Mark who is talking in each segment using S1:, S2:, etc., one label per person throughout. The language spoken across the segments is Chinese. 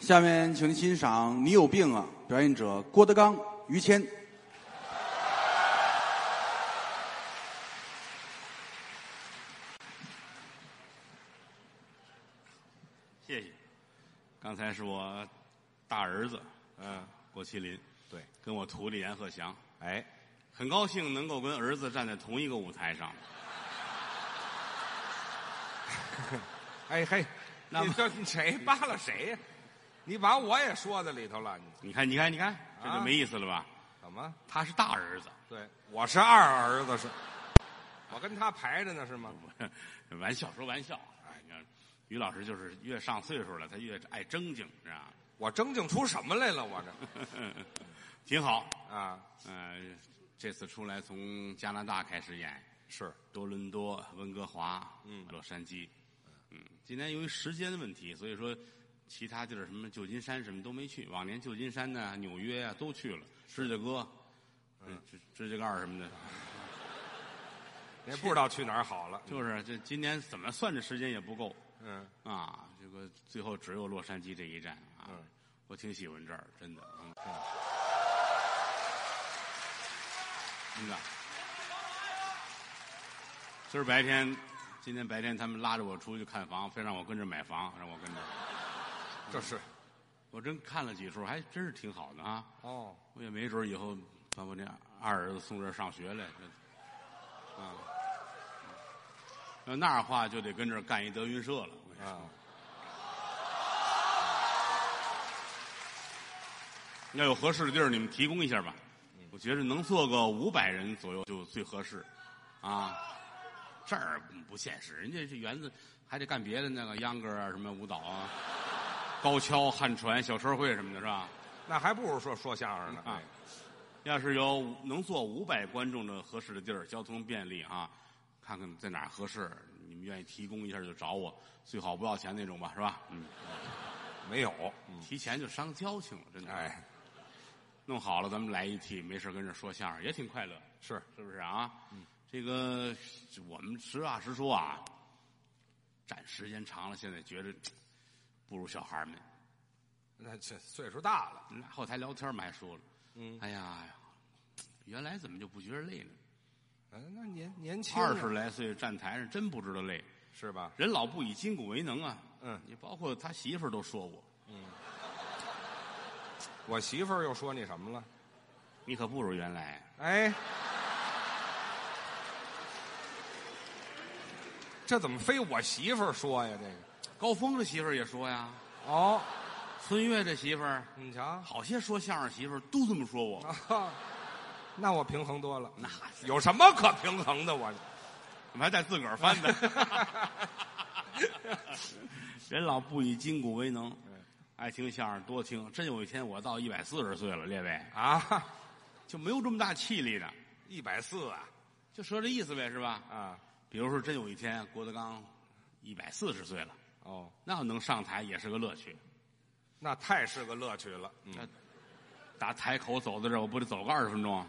S1: 下面，请您欣赏《你有病啊》表演者郭德纲、于谦。
S2: 谢谢。刚才是我大儿子，嗯、郭麒麟，
S3: 对，
S2: 跟我徒弟阎鹤祥，
S3: 哎，
S2: 很高兴能够跟儿子站在同一个舞台上。
S3: 哎嘿，
S2: 那
S3: 你这你谁扒拉谁呀？你把我也说在里头了，你
S2: 你看，你看，你看，这就没意思了吧？
S3: 怎么？
S2: 他是大儿子，
S3: 对，我是二儿子是，我跟他排着呢是吗？
S2: 我玩笑说玩笑。哎，你看，于老师就是越上岁数了，他越爱正经，是吧？
S3: 我正经出什么来了？我这
S2: 挺好。
S3: 啊，
S2: 嗯、这次出来从加拿大开始演，
S3: 是
S2: 多伦多、温哥华、嗯，洛杉矶，嗯，今年由于时间问题，所以说其他地儿什么旧金山什么都没去。往年旧金山呢、纽约啊都去了，芝加哥，嗯，芝芝加盖儿什么的，
S3: 也不知道去哪儿好了。
S2: 就是这今年怎么算这时间也不够
S3: 嗯，
S2: 啊。这个最后只有洛杉矶这一站啊，
S3: 嗯
S2: 我挺喜欢这儿，真的，嗯，真的。今儿白天，今天白天他们拉着我出去看房，非让我跟着买房，让我跟着。
S3: 这是
S2: 我真看了几处，还真是挺好的啊！
S3: 哦，
S2: 我也没准儿以后把我那二儿子送这儿上学来，这啊，要那样话就得跟这儿干一德云社了。我跟你说
S3: 啊，
S2: 要有合适的地儿，你们提供一下吧。我觉得能做个五百人左右就最合适，啊，这儿不现实，人家这园子还得干别的那个秧歌啊，什么舞蹈啊， 高跷、旱船、小车会什么的，是吧？
S3: 那还不如说说相声呢。哎
S2: 啊，要是有五能坐五百观众的合适的地儿，交通便利啊，看看在哪儿合适，你们愿意提供一下就找我，最好不要钱那种吧，是吧？嗯，
S3: 没有，
S2: 提前就伤交情了，真的。
S3: 哎，，
S2: 弄好了咱们来一替，没事跟这说相声也挺快乐，
S3: 是
S2: 是不是啊？这个我们实话实说啊，站时间长了，现在觉得不如小孩儿们。
S3: 那这岁数大了，
S2: 那后台聊天儿嘛还说了，嗯，哎呀，原来怎么就不觉得累呢？
S3: 嗯，那年年轻啊
S2: 二十来岁站台上真不知道累，
S3: 是吧？
S2: 人老不以筋骨为能啊。
S3: 嗯
S2: 你包括他媳妇儿都说我，
S3: 我媳妇儿又说你什么了？
S2: 你可不如原来。啊
S3: 哎，这怎么非我媳妇儿说呀？这个
S2: 高峰这媳妇儿也说呀，
S3: 哦，
S2: 孙越这媳妇儿，
S3: 你瞧，
S2: 好些说相声媳妇儿都这么说我。
S3: 啊，那我平衡多了。
S2: 那
S3: 有什么可平衡的？我
S2: 怎么还带自个儿翻的？人老不以筋骨为能，爱听相声多听。真有一天我到一百四十岁了，列位
S3: 啊，
S2: 就没有这么大气力的，
S3: 一百四啊
S2: 就说这意思呗，是吧？
S3: 啊，
S2: 比如说，真有一天郭德纲一百四十岁了。
S3: 哦，
S2: 那能上台也是个乐趣。
S3: 那太是个乐趣了。
S2: 那
S3: 嗯，
S2: 打台口走到这儿，我不得走个二十分钟啊？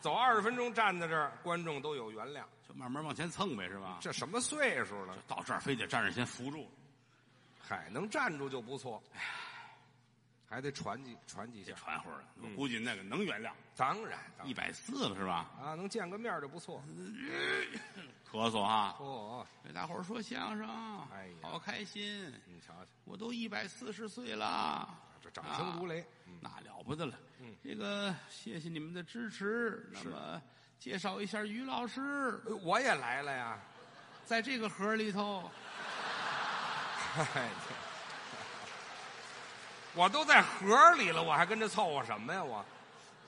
S3: 走二十分钟站在这儿，观众都有原谅。
S2: 就慢慢往前蹭呗，是吧？
S3: 这什么岁数了？
S2: 到这儿非得站着先扶住，
S3: 嗨，能站住就不错。还得传几哎传几
S2: 得
S3: 下，
S2: 喘会儿了。我估计那个能原谅，
S3: 当然，当
S2: 一
S3: 然
S2: 百四了是吧？
S3: 啊，能见个面儿就不错。
S2: 咳嗽啊！
S3: 哦，
S2: 给大伙儿说相声，
S3: 哎呀
S2: 好开心！
S3: 你瞧瞧，
S2: 我都一百四十岁了，
S3: 啊这掌声如雷嗯
S2: 啊。那了不得了。这个谢谢你们的支持。那么介绍一下于老师，
S3: 呃我也来了呀！
S2: 在这个盒里头，
S3: 哎这 我都在盒里了，我还跟着凑合什么呀？我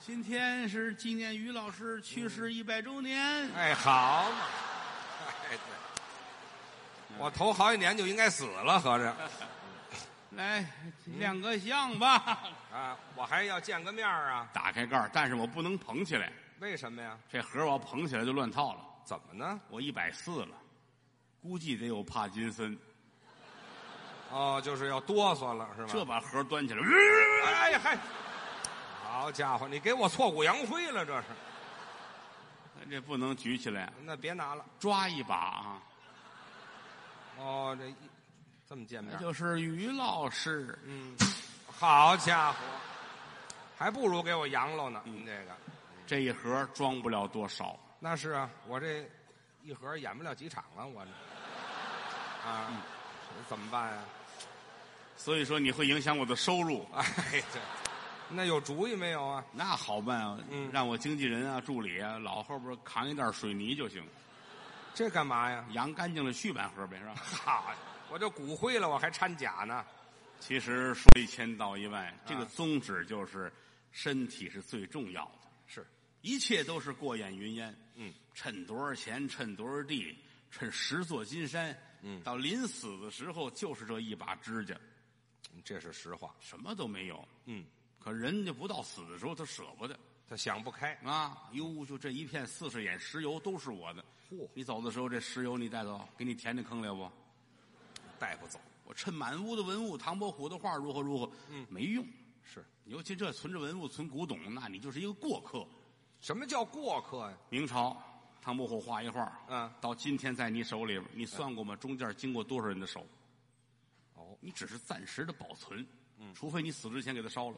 S2: 今天是纪念于老师去世一百周年。
S3: 嗯哎，好嘛！哎，对，我头好几年就应该死了，合着
S2: 来
S3: 嗯
S2: 亮个相 吧。
S3: 啊，我还要见个面儿啊？
S2: 打开盖儿，但是我不能捧起来，
S3: 为什么呀？
S2: 这盒儿我要捧起来就乱套了。
S3: 怎么呢？
S2: 我一百四了，估计得有帕金森。
S3: 哦，就是要哆嗦了，是吧？
S2: 这把盒儿端起来，
S3: 哎呀嗨！好家伙，你给我挫骨扬灰了，这是？
S2: 呃这不能举起来，
S3: 那别拿了。
S2: 抓一把啊！
S3: 哦，这一这么见面，
S2: 就是于老师，
S3: 嗯，好家伙，还不如给我洋喽呢。您这个，
S2: 这一盒装不了多少。
S3: 那是啊，我这一盒演不了几场啊，我这啊，怎么办啊呀、
S2: 所以说你会影响我的收入。
S3: 哎，这那有主意没有啊？
S2: 那好办啊，
S3: 嗯
S2: 让我经纪人啊、助理啊，老后边扛一袋水泥就行，
S3: 这干嘛呀？
S2: 扬干净了续半盒呗，是吧？
S3: 好，我这骨灰了，我还掺假呢。
S2: 其实说一千道一万，这个宗旨就是身体是最重要的，
S3: 是，
S2: 一切都是过眼云烟。
S3: 嗯，
S2: 趁多少钱，趁多少地，趁十座金山。嗯，到临死的时候就是这一把指甲，
S3: 这是实话。
S2: 什么都没有。
S3: 嗯，
S2: 可人家不到死的时候，他舍不得
S3: 他想不开。
S2: 啊！哟，就这一片四十眼石油都是我的。
S3: 嚯
S2: 你走的时候，这石油你带走，给你填那坑里不？
S3: 带不走。
S2: 我趁满屋的文物，唐伯虎的画如何如何？嗯，没用。
S3: 是，
S2: 尤其这存着文物、存古董，那你就是一个过客。
S3: 什么叫过客呀、
S2: 明朝唐伯虎画一画，
S3: 嗯
S2: 到今天在你手里边，你算过吗？中间经过多少人的手？
S3: 哦，
S2: 你只是暂时的保存，嗯，除非你死之前给它烧了，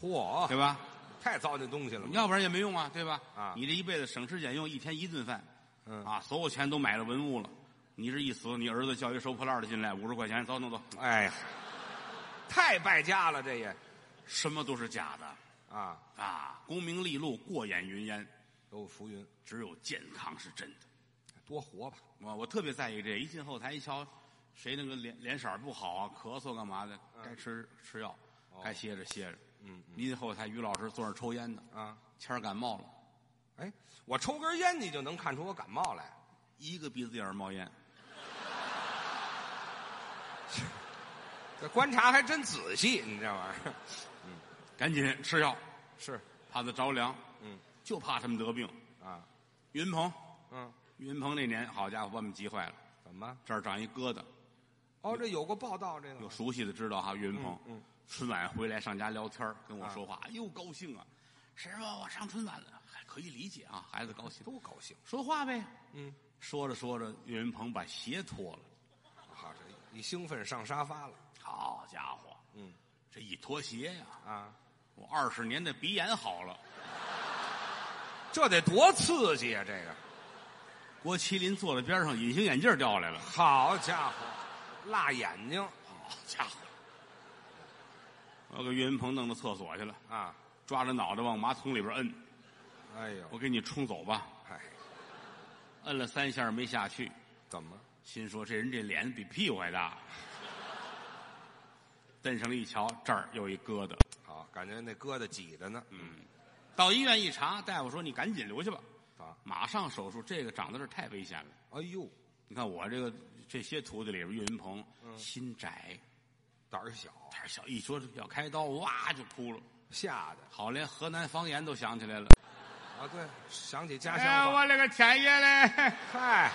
S3: 嚯，
S2: 对吧？
S3: 太糟践东西了嘛。
S2: 要不然也没用啊，对吧？
S3: 啊
S2: 你这一辈子省吃俭用，一天一顿饭，
S3: 嗯
S2: 啊，所有钱都买了文物了。你这一死，你儿子叫一收破烂的进来，五十块钱，走弄走，
S3: 哎呀，太败家了，这也
S2: 什么都是假的
S3: 啊，
S2: 啊！功名利禄过眼云烟，
S3: 有浮云，
S2: 只有健康是真的。
S3: 多活吧。
S2: 我我特别在意这，一进后台一瞧，谁那个脸脸色儿不好啊，咳嗽干嘛的，
S3: 嗯
S2: 该吃吃药，
S3: 哦
S2: 该歇着歇着。嗯，一进后台，于老师坐那儿抽烟呢，
S3: 啊，
S2: 谦儿感冒了，
S3: 哎，我抽根烟，你就能看出我感冒来。
S2: 一个鼻子眼儿冒烟，
S3: 这观察还真仔细，你这玩意 儿
S2: 赶紧吃药，
S3: 是
S2: 怕他着凉。
S3: 嗯，
S2: 就怕他们得病。
S3: 啊，
S2: 云鹏，
S3: 嗯，
S2: 云鹏那年，好家伙，把我们急坏了，
S3: 怎么？
S2: 这儿长一疙瘩。
S3: 哦，这有过报道，这
S2: 有
S3: 个
S2: 熟悉的知道哈，岳云鹏，
S3: 嗯嗯嗯
S2: 春晚回来上家聊天儿跟我说话，哎呦高兴啊，师傅我上春晚了，还可以理解啊，孩子高兴，
S3: 都高兴。
S2: 说话呗，
S3: 嗯，
S2: 说着说着，岳云鹏把鞋脱了，
S3: 好，啊这一兴奋上沙发了。
S2: 好家伙，
S3: 嗯
S2: 这一脱鞋呀、
S3: 啊，
S2: 我二十年的鼻炎好了。
S3: 这得多刺激啊！这个，
S2: 郭麒麟坐在边上，隐形眼镜掉下来了，
S3: 好家伙，辣眼睛
S2: 好家伙！我给岳云鹏弄到厕所去了，
S3: 啊！
S2: 抓着脑袋往马桶里边摁，
S3: 哎呦，
S2: 我给你冲走吧。
S3: 哎，
S2: 摁了三下没下去，
S3: 怎么？
S2: 心说这人这脸比屁股还大。 蹬上了一瞧，这儿有一疙瘩。
S3: 好，感觉那疙瘩挤着呢。
S2: 嗯到医院一查，大夫说你赶紧留下吧，
S3: 啊，
S2: 马上手术。这个长在这儿太危险了。
S3: 哎呦，
S2: 你看我这个这些徒弟里边，岳云鹏、心窄，
S3: 胆儿小，
S2: 胆儿小，一说要开刀，哇就哭了。
S3: 吓的
S2: 好，连河南方言都想起来了。
S3: 啊！对，想起家
S2: 哎
S3: 乡
S2: 呀，
S3: 话，
S2: 我勒个天爷嘞！
S3: 嗨，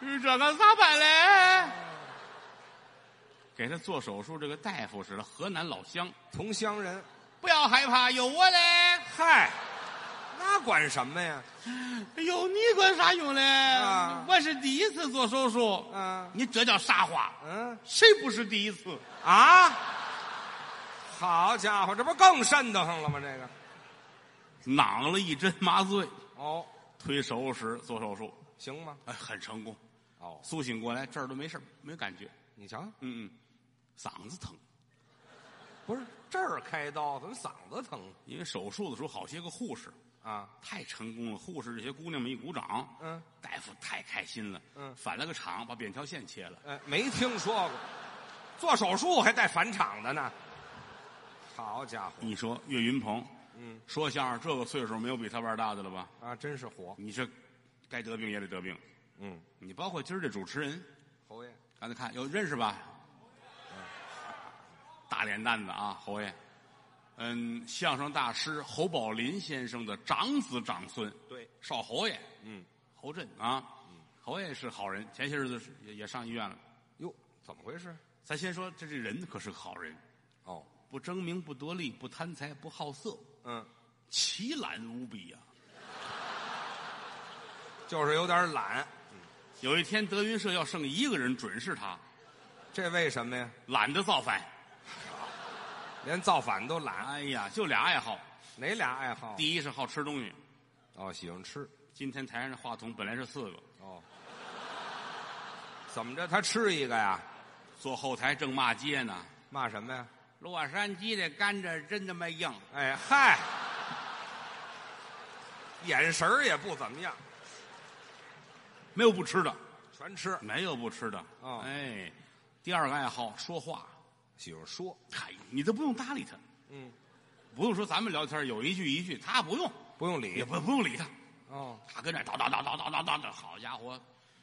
S2: 是这个咋办嘞？给他做手术，这个大夫是他河南老乡，
S3: 同乡人，
S2: 不要害怕，有我嘞。
S3: 嗨，那管什么呀？
S2: 有你管啥用嘞？
S3: 啊
S2: 我是第一次做手术。
S3: 啊
S2: 你这叫啥话？
S3: 嗯
S2: 谁不是第一次？
S3: 啊，好家伙，这不更瘆得慌了吗？这个，
S2: 囊了一针麻醉，
S3: 哦，
S2: 推手术室做手术，
S3: 行吗？
S2: 哎，很成功。
S3: 哦，
S2: 苏醒过来，这儿都没事儿没感觉。
S3: 你瞧，
S2: 嗯嗯，嗓子疼，
S3: 不是这儿开刀，怎么嗓子疼
S2: 因为手术的时候好些个护士，
S3: 啊？
S2: 太成功了。护士这些姑娘们一鼓掌，
S3: 嗯，
S2: 大夫太开心了，
S3: 嗯
S2: 返了个场，把扁条线切了。
S3: 呃，没听说过，做手术还带返场的呢。好家伙，
S2: 你说岳云鹏，
S3: 嗯
S2: 说相声这个岁数没有比他腕儿大的了吧？
S3: 啊，真是火，
S2: 你这该得病也得得病。
S3: 嗯，
S2: 你包括今儿这主持人，
S3: 侯爷，
S2: 刚才看有认识吧？大脸蛋子啊，侯爷，嗯，相声大师侯宝林先生的长子长孙，
S3: 对，
S2: 少侯爷
S3: 嗯，
S2: 侯震啊，侯爷是好人，前些日子是也也上医院了。
S3: 哟，怎么回事？
S2: 咱先说这这人可是个好人，
S3: 哦，
S2: 不争名，不夺利，不贪财，不好色，
S3: 嗯，
S2: 奇懒无比啊呀、
S3: 就是有点懒，
S2: 有一天德云社要剩一个人，准是他。
S3: 这为什么呀？
S2: 懒得造反。
S3: 连造反都懒，
S2: 哎呀，就俩爱好，
S3: 哪俩爱好？
S2: 第一是好吃东西。
S3: 哦，喜欢吃。
S2: 今天台上的话筒本来是四个，
S3: 哦，怎么着？他吃一个呀？
S2: 坐后台正骂街呢。
S3: 骂什么呀？
S2: 洛杉矶的甘蔗真他妈硬，
S3: 哎嗨，眼神儿也不怎么样，
S2: 没有不吃的，
S3: 全吃。
S2: 没有不吃的。
S3: 哦
S2: 哎，第二个爱好说话，
S3: 喜欢说，
S2: 嗨，你都不用搭理他，
S3: 嗯，
S2: 不用说咱们聊天有一句一句，他不用，
S3: 不用
S2: 也
S3: 理。
S2: 不不用理他，
S3: 哦，
S2: 他跟那叨叨叨叨叨叨叨叨，好家伙，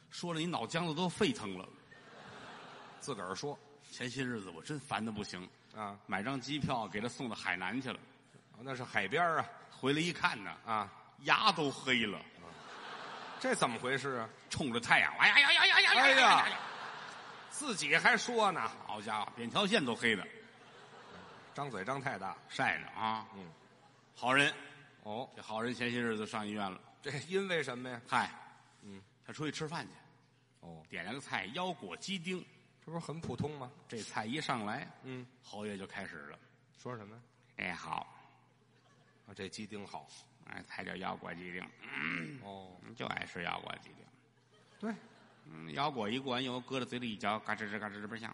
S2: 说的你脑浆子都沸腾了。
S3: 自个儿说
S2: 前些日子我真烦的不行，
S3: 啊，
S2: 买张机票给他送到海南去了，
S3: 那是海边儿啊
S2: 回来一看呢，
S3: 啊，
S2: 牙都黑了，
S3: 这怎么回事啊？
S2: 冲着太阳，哎呀呀呀呀呀呀呀呀呀！
S3: 自己还说呢，
S2: 好家伙，扁条线都黑的，
S3: 张嘴张太大。
S2: 晒着啊。
S3: 嗯，
S2: 好人，
S3: 哦，
S2: 这好人前些日子上医院了。
S3: 这因为什么呀？
S2: 嗨，
S3: 嗯，
S2: 他出去吃饭去，
S3: 哦，
S2: 点了个菜腰果鸡丁，
S3: 这不是很普通吗？
S2: 这菜一上来，
S3: 嗯，
S2: 侯爷就开始了。
S3: 说什么呀？
S2: 哎，好，
S3: 啊，这鸡丁好。
S2: 哎，菜叫腰果鸡丁，
S3: 哦，
S2: 嗯就爱吃腰果鸡丁。
S3: 对，
S2: 嗯，腰果一过完油，搁到嘴里一嚼，嘎吱吱嘎吱吱倍儿香。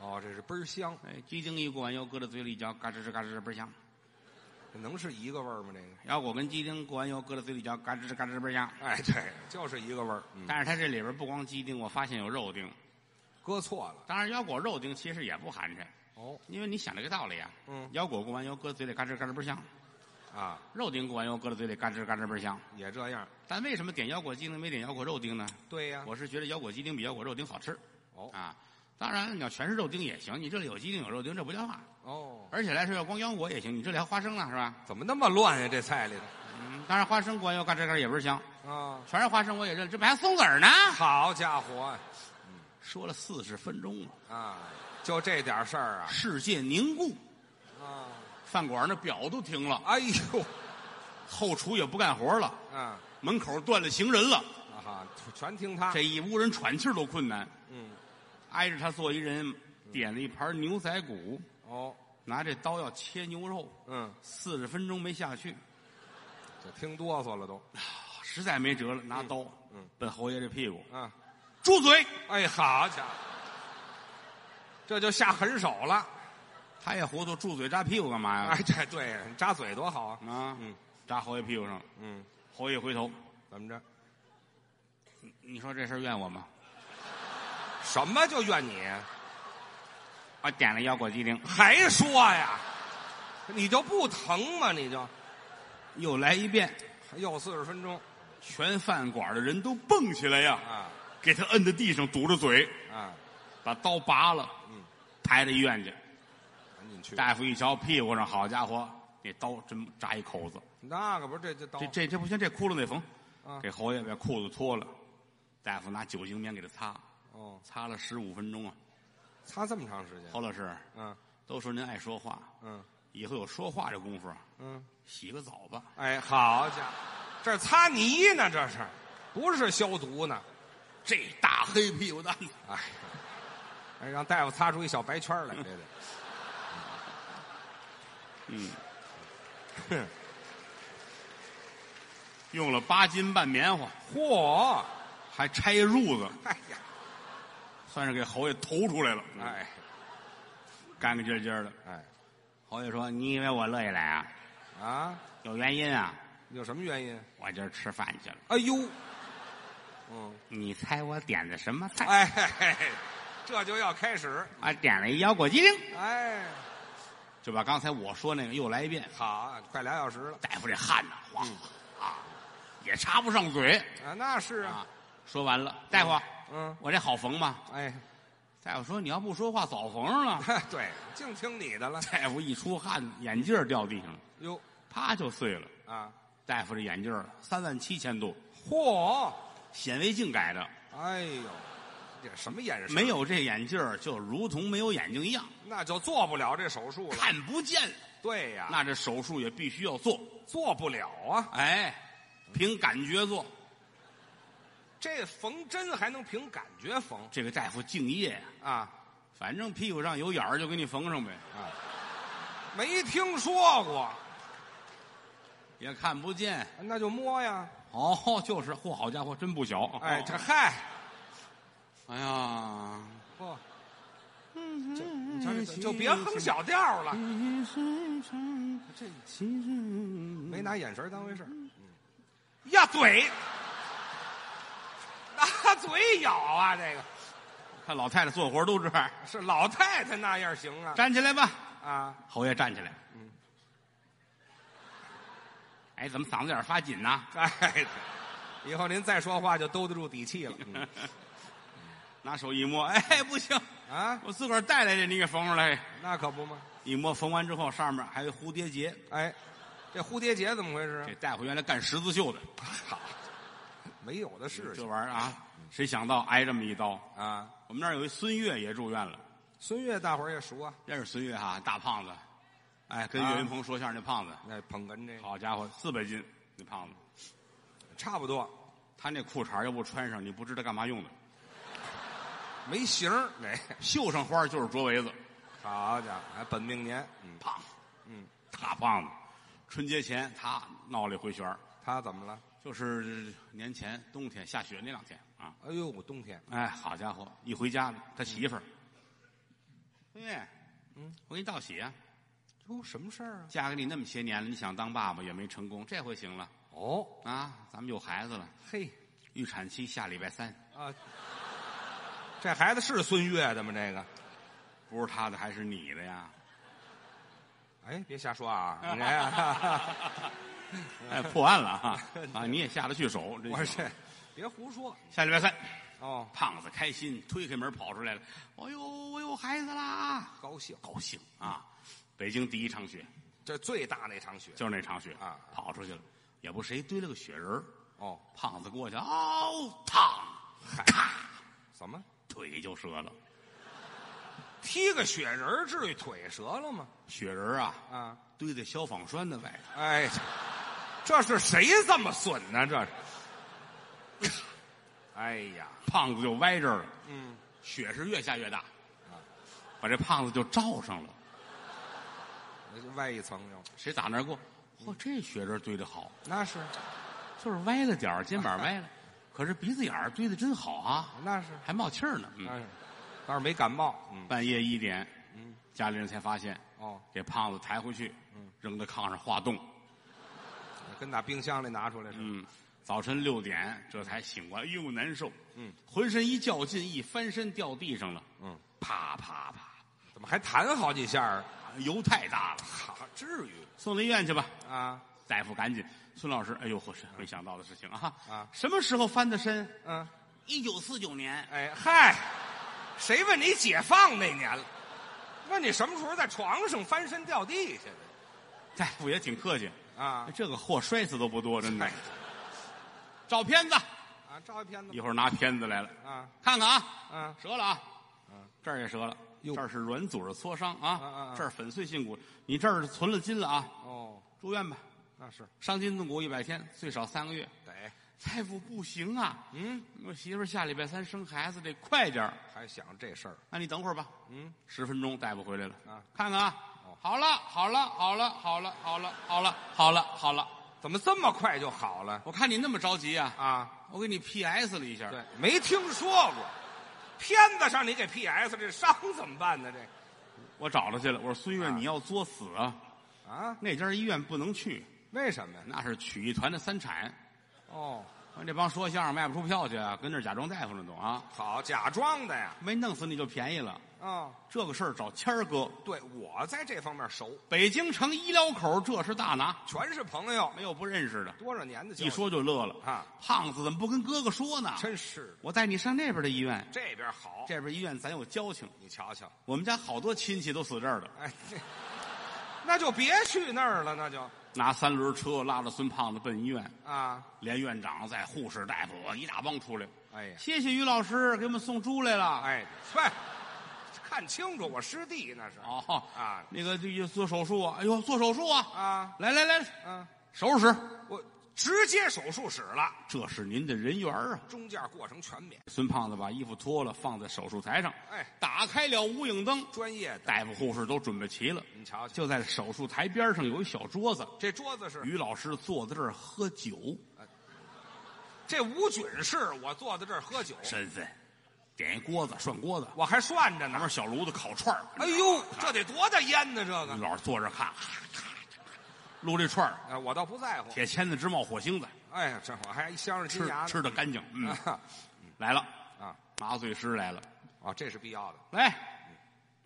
S3: 哦，这是倍儿香，
S2: 哎，鸡丁一过完油，搁到嘴里一嚼，嘎吱吱嘎吱吱倍儿香。
S3: 这能是一个味儿吗？这个？
S2: 腰果跟鸡丁过完油，搁到嘴里嚼，嘎吱吱嘎吱吱倍儿香。
S3: 哎，对，就是一个味儿。嗯，
S2: 但是它这里边不光鸡丁，我发现有肉丁。
S3: 搁错了。
S2: 当然，腰果肉丁其实也不寒碜，
S3: 哦，
S2: 因为你想这个道理啊。
S3: 嗯
S2: 腰果过完油，搁嘴里嘎吱嘎吱倍儿香；
S3: 啊，
S2: 肉丁过完油，搁到嘴里嘎吱嘎吱倍儿香。
S3: 也这样。
S2: 但为什么点腰果鸡丁没点腰果肉丁呢？
S3: 对呀、
S2: 我是觉得腰果鸡丁比腰果肉丁好吃
S3: 啊哦
S2: 啊。当然，你要全是肉丁也行，你这里有鸡丁有肉丁，这不叫话。
S3: 哦，
S2: 而且来说，要光腰果也行，你这里还花生呢，是吧？
S3: 怎么那么乱呀、这菜里头
S2: 嗯，当然花生过完油嘎吱嘎吱也倍儿香，
S3: 啊，
S2: 全是花生我也认，这不还松子儿呢？
S3: 好家伙
S2: 说了四十分钟了，
S3: 啊，就这点事儿啊
S2: 世界凝固，
S3: 啊，
S2: 饭馆那表都停了，
S3: 哎呦，
S2: 后厨也不干活了，
S3: 啊
S2: 门口断了行人了，
S3: 啊哈，全听他。
S2: 这一屋人喘气儿都困难。
S3: 嗯，
S2: 挨着他坐一人，点了一盘牛仔骨，
S3: 哦，
S2: 拿这刀要切牛肉，
S3: 嗯，
S2: 四十分钟没下去，
S3: 这听哆嗦了都。
S2: 实在没辙了，拿刀，
S3: 嗯，
S2: 奔侯爷这屁股，
S3: 啊，
S2: 住嘴！
S3: 哎，好家伙，这就下狠手了。
S2: 他也糊涂，住嘴扎屁股干嘛
S3: 哎
S2: 呀？，
S3: 这对呀，你扎嘴多好啊。
S2: 啊，
S3: 嗯
S2: 扎侯爷屁股上，
S3: 嗯，
S2: 侯爷回头，
S3: 怎么着？
S2: 你说这事儿怨我吗？
S3: 什么就怨你？啊
S2: 我点了腰果鸡丁，
S3: 还说呀？你就不疼吗？你就
S2: 又来一遍，
S3: 又四十分钟
S2: 全饭馆的人都蹦起来呀，
S3: 啊
S2: 给他摁在地上，堵着嘴，
S3: 啊！
S2: 把刀拔了，
S3: 嗯，
S2: 抬到医院去。
S3: 赶紧去。
S2: 大夫一瞧，屁股上，好家伙，那刀真扎一口子。
S3: 那可不是这这刀
S2: 这这这不行，这窟窿得缝。
S3: 啊
S2: 这侯爷把裤子脱了，大夫拿酒精棉给他擦，
S3: 哦，
S2: 擦了十五分钟啊。
S3: 擦这么长时间。
S2: 侯老师，
S3: 嗯
S2: 都说您爱说话，
S3: 嗯
S2: 以后有说话这功夫啊，
S3: 嗯，
S2: 洗个澡吧。
S3: 哎，好家伙，这擦泥呢，这是不是消毒呢？
S2: 这大黑屁股蛋子，
S3: 哎，哎，让大夫擦出一小白圈来，这得。
S2: 嗯，
S3: 哼
S2: 用了八斤半棉花，
S3: 嚯！
S2: 还拆褥子，
S3: 哎呀，
S2: 算是给侯爷投出来了。，
S3: 哎
S2: 干干净净的。
S3: 哎
S2: 侯爷说：“你以为我乐意来啊？
S3: 啊，
S2: 有原因啊，
S3: 有什么原因？
S2: 我今儿吃饭去了。
S3: 哎呦，嗯，
S2: 你猜我点的什么菜？
S3: 哎，嘿嘿这就要开始。
S2: 我点了一腰果鸡丁。”
S3: 哎，
S2: 就把刚才我说那个又来一遍。
S3: 好啊，快俩小时了
S2: 大夫这汗呐，哗
S3: 嗯
S2: 啊，也插不上嘴
S3: 啊，那是啊
S2: 啊。。说完了，大夫，
S3: 嗯，
S2: 我这好缝吗？
S3: 哎，
S2: 大夫说你要不说话早缝上了。
S3: 对，净听你的了。
S2: 大夫一出汗，眼镜儿掉地上了，
S3: 哟
S2: 啪就碎了。
S3: 啊，
S2: 大夫这眼镜三万七千度，
S3: 嚯，
S2: 显微镜改的，
S3: 哎呦，这什么眼神？啊
S2: 没，有这眼镜儿就如同没有眼睛一样，
S3: 那就做不啊了这手术了。
S2: 看不见了。
S3: 对呀，
S2: 那这手术也必须要做，
S3: 做不了啊。
S2: 哎，凭感觉做。
S3: 这缝针还能凭感觉缝
S2: 这个大夫敬业呀，
S3: 啊
S2: 反正屁股上有眼儿就给你缝上呗，
S3: 啊，没听说过，
S2: 也看不见。
S3: 那就摸呀。
S2: 哦， 就是，嚯，好家伙，真不小。
S3: 哎，
S2: 哦
S3: 这嗨，
S2: 哎呀，
S3: 不，
S2: 嗯
S3: 就就就别哼小调了，
S2: 嗯
S3: 这没拿眼神当回事儿。嗯呀，嘴，拿嘴咬啊，这个
S2: 看老太太做活都这样，
S3: 是老太太那样行啊
S2: 站起来吧。
S3: 啊，
S2: 侯爷站起来，嗯，哎，怎么嗓子眼儿发紧呐？
S3: 哎，以后您再说话就兜得住底气了。嗯
S2: 拿手一摸，哎，不行，
S3: 啊，
S2: 我自个儿带来的，你给缝上来。
S3: 那可不嘛。
S2: 一摸缝完之后，上面还有蝴蝶结。
S3: 哎，这蝴蝶结怎么回
S2: 这
S3: 事？啊
S2: 大夫原来干十字绣的，
S3: 好，没有的事
S2: 这
S3: 情
S2: 玩意儿啊，谁想到挨这么一刀？
S3: 啊。
S2: 我们那儿有一孙越也住院了，
S3: 孙越大伙儿也熟啊，
S2: 认识孙越哈，大胖子，哎，跟岳云鹏说相声那胖子，
S3: 啊那捧哏这
S2: 好家伙，四百斤那胖子，
S3: 差不多，
S2: 他那裤衩要不穿上，你不知道干嘛用的，
S3: 没形儿。哎，
S2: 绣上花就是捉围子，
S3: 好家伙，还本命年，嗯，
S2: 胖子，嗯，大胖子，春节前他闹了一回旋儿
S3: 他怎么了？
S2: 就是年前冬天下雪那两天啊，
S3: 哎呦，我冬天
S2: 哎，好家伙，一回家他媳妇儿，孙越，嗯，我给你道喜啊，
S3: 哟，什么事儿啊？
S2: 嫁给你那么些年了，你想当爸爸也没成功，这回行了
S3: 哦，
S2: 啊，咱们有孩子了。
S3: 嘿
S2: 预产期下礼拜三，
S3: 啊，这孩子是孙越的吗？这个，
S2: 不是他的还是你的呀？
S3: 哎，别瞎说啊！你这，
S2: 哎，破案了啊！啊，你也下得去手，真行
S3: 我这 别胡说
S2: 下礼拜三，
S3: 哦，
S2: 胖子开心推开门跑出来了，哎呦，我有孩子啦，
S3: 高兴，
S2: 高兴啊！北京第一场雪
S3: 这最大那场雪
S2: 就是那场雪
S3: 啊
S2: 跑出去了，也不谁堆了个雪人儿
S3: 哦，
S2: 胖子过去，嗷，烫，咔，
S3: 怎么
S2: 腿就折了。
S3: 踢个雪人儿至于腿折了吗？
S2: 雪人儿啊，
S3: 啊，
S2: 堆在消防栓的外头，
S3: 哎， 这是谁这么损呢、这是， 哎呀，
S2: 胖子就歪这儿了。
S3: 嗯，
S2: 雪是越下越大，把这胖子就罩上了。
S3: 外一层又
S2: 谁打那儿过？嚯，这雪人堆的好，
S3: 那是
S2: 就是歪了点儿，肩膀歪了，可是鼻子眼儿堆的真好啊，
S3: 那是
S2: 还冒气儿呢。嗯
S3: 那是，倒是没感冒，嗯
S2: 半夜一点，家里人才发现，
S3: 哦，
S2: 给胖子抬回去，扔到炕上化冻。
S3: 跟打冰箱里拿出来似的，
S2: 嗯，早晨六点这才醒过来，哎呦难受，
S3: 嗯，
S2: 浑身一较劲，一翻身掉地上了，
S3: 嗯，
S2: 啪啪啪，
S3: 怎么还弹好几下儿？
S2: 油太大了，
S3: 好，至于
S2: 送到医院去吧。
S3: 啊？
S2: 大夫赶紧，孙老师，哎呦，我是没想到的事情啊！
S3: 啊
S2: 什么时候翻的身？
S3: 嗯，
S2: 一九四九年，
S3: 哎嗨，谁问你解放那年了？问你什么时候在床上翻身掉地下的
S2: 大夫也挺客气，哎
S3: 啊？
S2: 这个货摔死都不多，真的
S3: 哎。
S2: 照片子，
S3: 啊，照一片子
S2: 一会儿拿片子来了，
S3: 啊
S2: 看看啊，
S3: 啊，
S2: 折了啊，这儿也折了，
S3: 嗯哟
S2: 这儿是软组织挫伤
S3: 啊啊
S2: 啊
S3: 啊，
S2: 这儿粉碎性骨，你这儿存了筋了啊，
S3: 哦，
S2: 住院吧，
S3: 那是
S2: 伤筋动骨一百天，最少三个月。
S3: 得
S2: 大夫不行啊，
S3: 嗯。
S2: 我媳妇儿下礼拜三生孩子，得快点儿。
S3: 还想这事儿，
S2: 那你等会儿吧，
S3: 嗯，
S2: 十分钟，大夫回来了
S3: 啊，
S2: 看看啊
S3: 哦，
S2: 好了，好了，好了，好了，好了，好了，好了，好了，
S3: 怎么这么快就好了
S2: 我看你那么着急啊，
S3: 啊？
S2: 我给你 PS 了一下，
S3: 对，没听说过，片子上你给 PS 这伤怎么办呢？这
S2: 我找他去了，我说孙越，你要作死啊，
S3: 啊？
S2: 那家医院不能去，
S3: 为什么呀？
S2: 那是曲艺团的三产，
S3: 哦，
S2: 啊完这帮说相声卖不出票去啊，跟那儿假装大夫呢都啊，
S3: 好，假装的呀。
S2: 没弄死你就便宜了。
S3: 哦，
S2: 这个事儿找谦儿哥，
S3: 对我在这方面熟，
S2: 北京城医疗口这是大拿，
S3: 全是朋友，
S2: 没有不认识的，
S3: 多少年的交
S2: 一
S3: 情
S2: 说就乐了
S3: 啊！
S2: 胖子怎么不跟哥哥说呢？
S3: 真是的，
S2: 我带你上那边的医院，
S3: 这边好，
S2: 这边医院咱有交情，
S3: 你瞧瞧，
S2: 我们家好多亲戚都死这儿了。
S3: 哎，这那就别去那儿了，那就
S2: 拿三轮车拉着孙胖子奔医院，
S3: 啊，
S2: 连院长在护士大夫一大帮出来。
S3: 哎呀，
S2: 谢谢于老师给我们送猪来了。
S3: 哎，喂，看清楚，我师弟那是
S2: 哦
S3: 啊
S2: 那个这个做手术啊，哎呦做手术啊！
S3: 啊
S2: 来来来，
S3: 啊，
S2: 收拾
S3: 我直接手术室了，
S2: 这是您的人缘儿啊！
S3: 中间过程全免，
S2: 孙胖子把衣服脱了，放在手术台上，
S3: 哎
S2: 打开了无影灯，
S3: 专业的。
S2: 大夫护士都准备齐了。
S3: 你瞧瞧，
S2: 就在手术台边上有一小桌子，
S3: 这桌子是
S2: 于老师坐在这儿喝酒，
S3: 这无菌室，我坐在这儿喝酒，
S2: 身份，点一锅子涮锅子，
S3: 我还涮着
S2: 拿
S3: 呢。
S2: 边小炉子烤串儿。
S3: 哎呦，这得多大烟呢？这
S2: 于
S3: 个，
S2: 老师坐这儿看，撸这串儿，
S3: 哎，我倒不在乎。
S2: 铁签子直冒火星子，
S3: 哎，这我还一镶着金
S2: 吃
S3: 牙呢。
S2: 吃的干净。嗯，
S3: 啊
S2: 来了，
S3: 啊
S2: 麻醉师来了，
S3: 啊，这是必要的，
S2: 来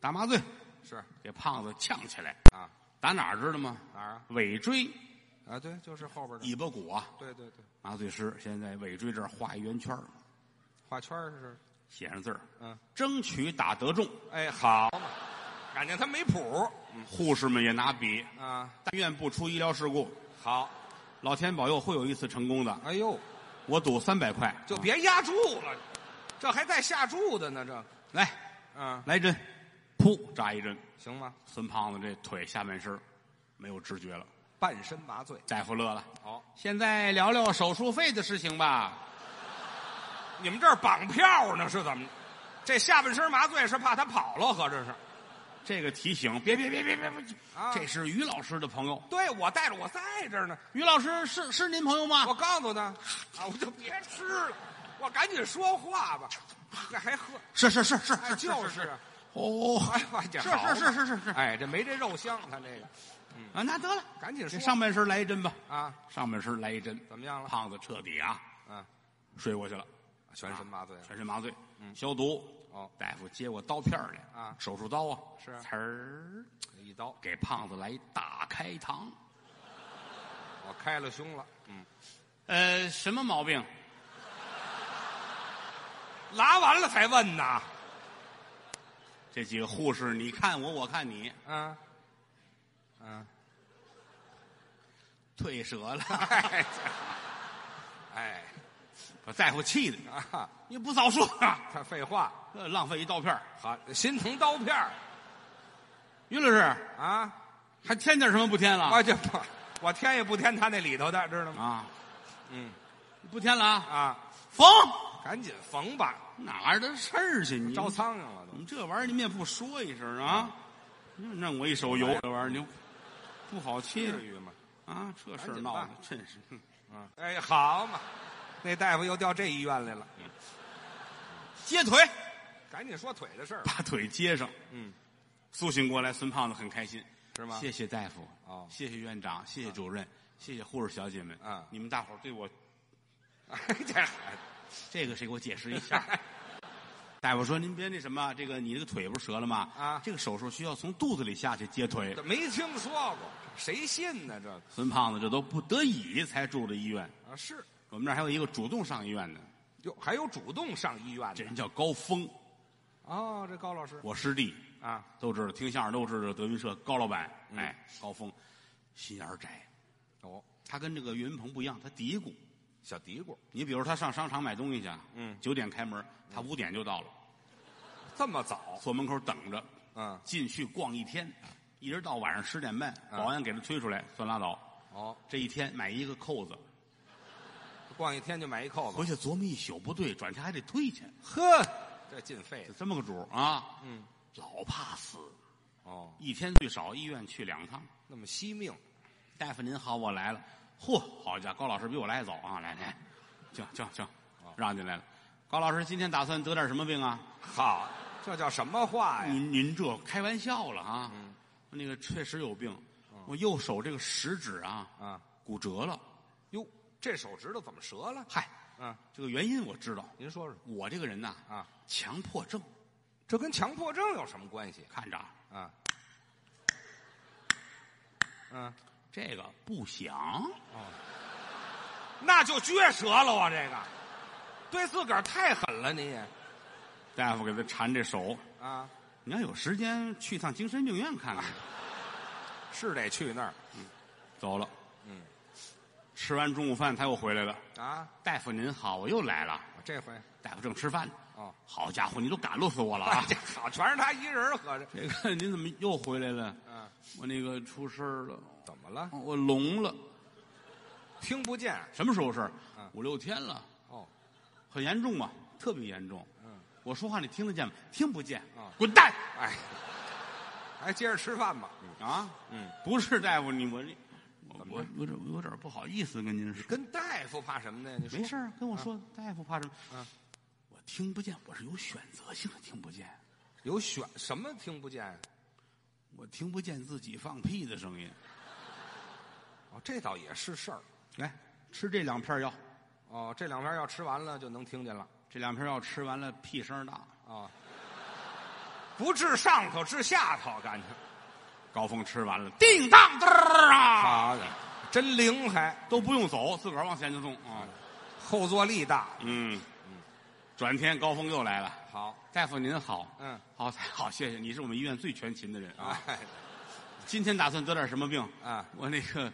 S2: 打麻醉，
S3: 是
S2: 给胖子呛起来，
S3: 啊，
S2: 打哪儿知道吗？
S3: 哪儿啊？
S2: 尾椎、
S3: 啊，对，就是后边的。
S2: 尾巴骨啊。
S3: 对对对，
S2: 麻醉师现在尾椎这儿画一圆圈儿
S3: 画圈儿是，
S2: 写上字儿，
S3: 嗯，
S2: 争取打得中。
S3: 哎，好嘛，感觉他没谱
S2: 护士们也拿笔，
S3: 啊。
S2: 但愿不出医疗事故，
S3: 好，
S2: 老天保佑会有一次成功的。
S3: 哎呦，
S2: 我赌三百块，
S3: 就
S2: 啊
S3: 别压住了，这还带下注的呢，这，
S2: 来
S3: 啊，
S2: 来一针，噗扎一针。
S3: 行吗？
S2: 孙胖子这腿下半身儿没有知觉了，
S3: 半身麻醉，
S2: 大夫乐了。
S3: 好，
S2: 现在聊聊手术费的事情吧。
S3: 你们这儿绑票呢是怎么？这下半身麻醉是怕他跑了，合着是？
S2: 这个提醒，别别别别别，别
S3: 啊
S2: 这是于老师的朋友。
S3: 对，我带着我在这儿呢，
S2: 于老师是是您朋友吗
S3: 我？告诉他，啊，我就别吃了，我赶紧说话吧，这还喝，
S2: 是是是是
S3: 哎，就是，
S2: 哦，
S3: 哎呀这好嘛
S2: 是是是是是
S3: 哎，这没这肉香，他这个
S2: 啊，那得了，
S3: 赶紧
S2: 这
S3: 说
S2: 上半身来一针吧，
S3: 啊，
S2: 上半身来一针，
S3: 怎么样了？
S2: 胖子彻底啊
S3: 嗯，
S2: 睡过去了，啊
S3: 全身麻醉啊了，嗯
S2: 全身麻醉，消毒。
S3: 哦
S2: 大夫接过刀片儿来
S3: 啊
S2: 手术刀啊，
S3: 是
S2: 呲儿，
S3: 一刀，
S2: 给胖子来一大开膛。
S3: 我开了胸了，嗯，
S2: 呃，什么毛病？
S3: 拉完了才问呐，
S2: 这几个护士，你看我，我看你，
S3: 嗯，嗯，
S2: 退折了。
S3: 哎，哎，
S2: 把大夫气的，
S3: 啊，
S2: 你不早说啊，
S3: 他废话，
S2: 呃浪费一刀片儿
S3: 好，心疼刀片儿
S2: 于老师
S3: 啊，
S2: 还添点什么不添了
S3: 啊，这不，我添也不添他那里头的，知道吗？
S2: 啊？
S3: 嗯，
S2: 不添了啊？
S3: 啊，
S2: 缝
S3: 赶紧缝吧，
S2: 哪儿的事儿去？你
S3: 招苍蝇了
S2: 你
S3: 都。
S2: 们这玩意儿你们也不说一声啊？弄我一手油，这玩意儿你不好气
S3: 至于吗？
S2: 啊！这事儿闹的真是，哼
S3: 啊，哎，好嘛，那大夫又调这医院来了，
S2: 接腿
S3: 赶紧说腿的事儿吧。
S2: 把腿接上，
S3: 嗯，
S2: 苏醒过来，孙胖子很开心，
S3: 是吗
S2: 谢谢大夫，
S3: 哦
S2: 谢谢院长，谢谢主任，谢谢护士小姐们，
S3: 啊
S2: 你们大伙儿对我
S3: 哎，这孩子
S2: 这个谁给我解释一下？ 大夫说：“您别那什么，这个你这个腿不是折了吗？
S3: 啊
S2: 这个手术需要从肚子里下去接腿
S3: 这。没听说过，谁信呢？这”
S2: 孙胖子这都不得已才住的医院。
S3: 啊是，
S2: 我们这儿还有一个主动上医院的，
S3: 哟，还有主动上医院
S2: 这
S3: 的
S2: 人叫高峰，
S3: 哦，这高老师
S2: 我师弟，
S3: 啊，
S2: 都知道，听相声都知道德云社高老板。
S3: 嗯
S2: 哎，高峰心眼儿窄，
S3: 哦，
S2: 他跟这个岳云鹏不一样，他嘀咕。
S3: 小嘀咕，
S2: 你比如他上商场买东西去，啊
S3: 嗯
S2: 九点开门，他五点就到了，
S3: 这么早，
S2: 坐门口等着，
S3: 嗯，
S2: 进去逛一天，
S3: 啊
S2: 一直到晚上十点半，保安给他推出来，算拉倒。
S3: 哦，
S2: 这一天买一个扣子，
S3: 逛一天就买一扣子，
S2: 回去琢磨一宿不对，转天还得退去，
S3: 呵，这进费
S2: 就
S3: 的，
S2: 这么个主儿啊。
S3: 嗯，
S2: 老怕死，
S3: 哦，
S2: 一天最少医院去两趟。
S3: 那么惜命，
S2: 大夫您好，我来了。嚯，好家伙，高老师比我来得早啊！来来，请请请，让进来了。高老师今天打算得点什么病啊？
S3: 好，这叫什么话呀？
S2: 您您这开玩笑了啊？那个确实有病，我右手这个食指啊
S3: 啊，
S2: 骨折了。
S3: 哟，这手指头怎么折了？
S2: 嗨，
S3: 嗯，
S2: 这个原因我知道，
S3: 您说说
S2: 我这个人呐
S3: 啊，
S2: 强迫症，
S3: 这跟强迫症有什么关系
S2: 看着啊
S3: 啊？嗯，
S2: 这个不想，
S3: 那就撅折了啊！这个对自个儿太狠了，你也
S2: 大夫给他缠这手，
S3: 啊，
S2: 你要有时间去趟精神病院看看。
S3: 是得去那儿
S2: 走了，
S3: 嗯，
S2: 吃完中午饭他又回来了，
S3: 啊。
S2: 大夫您好，我又来了。
S3: 我这回
S2: 大夫正吃饭呢。
S3: 哦，
S2: 好家伙，你都赶路死我了
S3: 啊
S2: 啊，
S3: 这！好，全是他一人儿合着。
S2: 这个您怎么又回来了？
S3: 嗯，
S2: 我那个出事儿了，
S3: 怎么了？
S2: 我聋了。
S3: 听不见。
S2: 什么时候事儿
S3: 嗯？
S2: 五六天了，
S3: 哦，
S2: 很严重吧？特别严重。
S3: 嗯，
S2: 我说话你听得见吗？听不见
S3: 啊。
S2: 滚蛋！
S3: 哎，还接着吃饭吧。
S2: 啊，
S3: 嗯，
S2: 不是大夫，你我这我我有点有点不好意思跟您说。
S3: 跟大夫怕什么呢？你说
S2: 没事儿，跟我说，大夫怕什么？
S3: 啊，
S2: 我听不见，我是有选择性的听不见，
S3: 有选什么听不见？啊
S2: 我听不见自己放屁的声音。
S3: 哦，这倒也是事儿。
S2: 来，吃这两片药，
S3: 哦，这两片要吃完了就能听见了。
S2: 这两片药吃完了，屁声大。
S3: 啊，不治上头，治下头，感觉
S2: 高峰吃完了，叮当噔儿啊，
S3: 好家伙，真灵还，
S2: 都不用走，自个儿往前就送啊。
S3: 后坐力大。
S2: 嗯，转天高峰又来了，
S3: 好，
S2: 大夫您好，
S3: 嗯，
S2: 好，好，谢谢，你是我们医院最全勤的人啊。
S3: 哎，
S2: 今天打算得点什么病？
S3: 啊，
S2: 我那个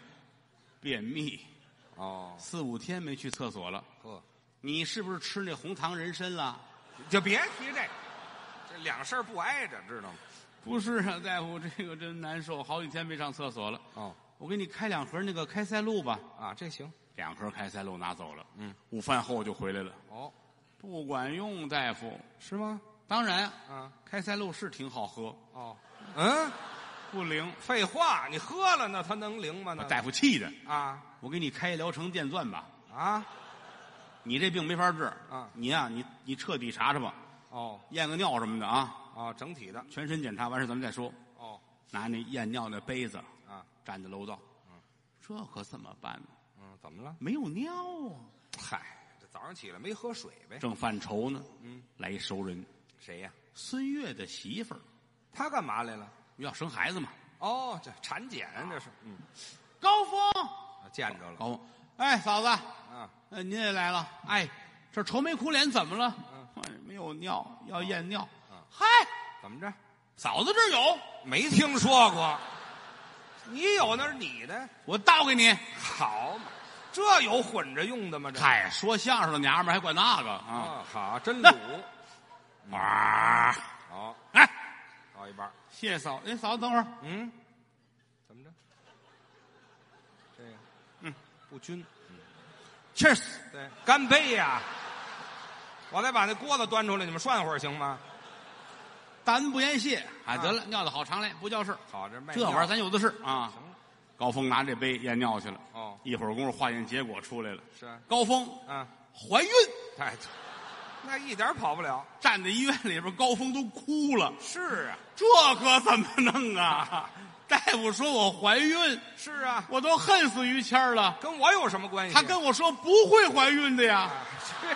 S2: 便秘，
S3: 哦，
S2: 四五天没去厕所了。
S3: 呵，
S2: 你是不是吃那红糖人参了？
S3: 就别提这，这两事儿不挨着，知道吗？
S2: 不是啊，大夫，这个真难受，好几天没上厕所了。
S3: 哦，
S2: 我给你开两盒那个开塞露吧。
S3: 啊，这行，
S2: 两盒开塞露拿走了，嗯，午饭后就回来了，
S3: 哦，
S2: 不管用，大夫。
S3: 是吗？
S2: 当然，
S3: 啊，
S2: 开塞露是挺好喝，
S3: 哦，嗯，
S2: 不灵，
S3: 废话，你喝了那它能灵吗？
S2: 把
S3: 那
S2: 大夫气的。
S3: 啊
S2: 我给你开疗程电钻吧，
S3: 啊，
S2: 你这病没法治
S3: 啊
S2: 你呀、你你彻底查查吧，
S3: 哦
S2: 验个尿什么的啊，
S3: 哦，整体的，
S2: 全身检查完事咱们再说。
S3: 哦
S2: 拿那验尿那杯子
S3: 啊，
S2: 站在楼道，这可怎么办呢？
S3: 嗯，怎么了？
S2: 没有尿啊，
S3: 嗨，这早上起来没喝水呗？
S2: 正犯愁呢。嗯，来一熟人，
S3: 谁呀？
S2: 孙越的媳妇儿
S3: 他干嘛来了？
S2: 要生孩子嘛。
S3: 哦，这产检这是，嗯，
S2: 高峰，
S3: 啊见着了
S2: 高峰，哎，嫂子，
S3: 啊，
S2: 呃，您也来了，哎，这愁眉苦脸怎么了？哎没有尿，要验尿。嗨，
S3: 怎么着？
S2: 嫂子这儿有，
S3: 没听说过，你有那是你的，
S2: 我倒给你。
S3: 好嘛，这有混着用的吗？这
S2: 嗨，说相声的娘们儿还管那个啊？
S3: 啊，好，真卤，
S2: 啊，
S3: 好，
S2: 哎，
S3: 倒一半，
S2: 谢谢嫂，哎，嫂子等会儿，
S3: 嗯，怎么着？这个，嗯，不均，
S2: c h e e r s
S3: 对，干杯呀！我再把那锅子端出来，你们涮会儿行吗？
S2: 大恩不言谢。哎，
S3: 啊
S2: 得了，尿的好常来，不叫事儿。
S3: 好，这卖
S2: 这玩意儿咱有的是啊
S3: 行。了
S2: 高峰拿这杯验尿去了。
S3: 哦
S2: 一会儿功夫化验结果出来了，
S3: 是啊
S2: 高峰
S3: 啊，
S2: 怀孕，
S3: 哎，那一点儿跑不了，
S2: 站在医院里边，高峰都哭了。
S3: 是啊，
S2: 这可怎么弄啊？大夫说我怀孕，
S3: 是啊，
S2: 我都恨死于谦儿了。
S3: 跟我有什么关系？啊
S2: 他跟我说不会怀孕的呀，
S3: 啊，这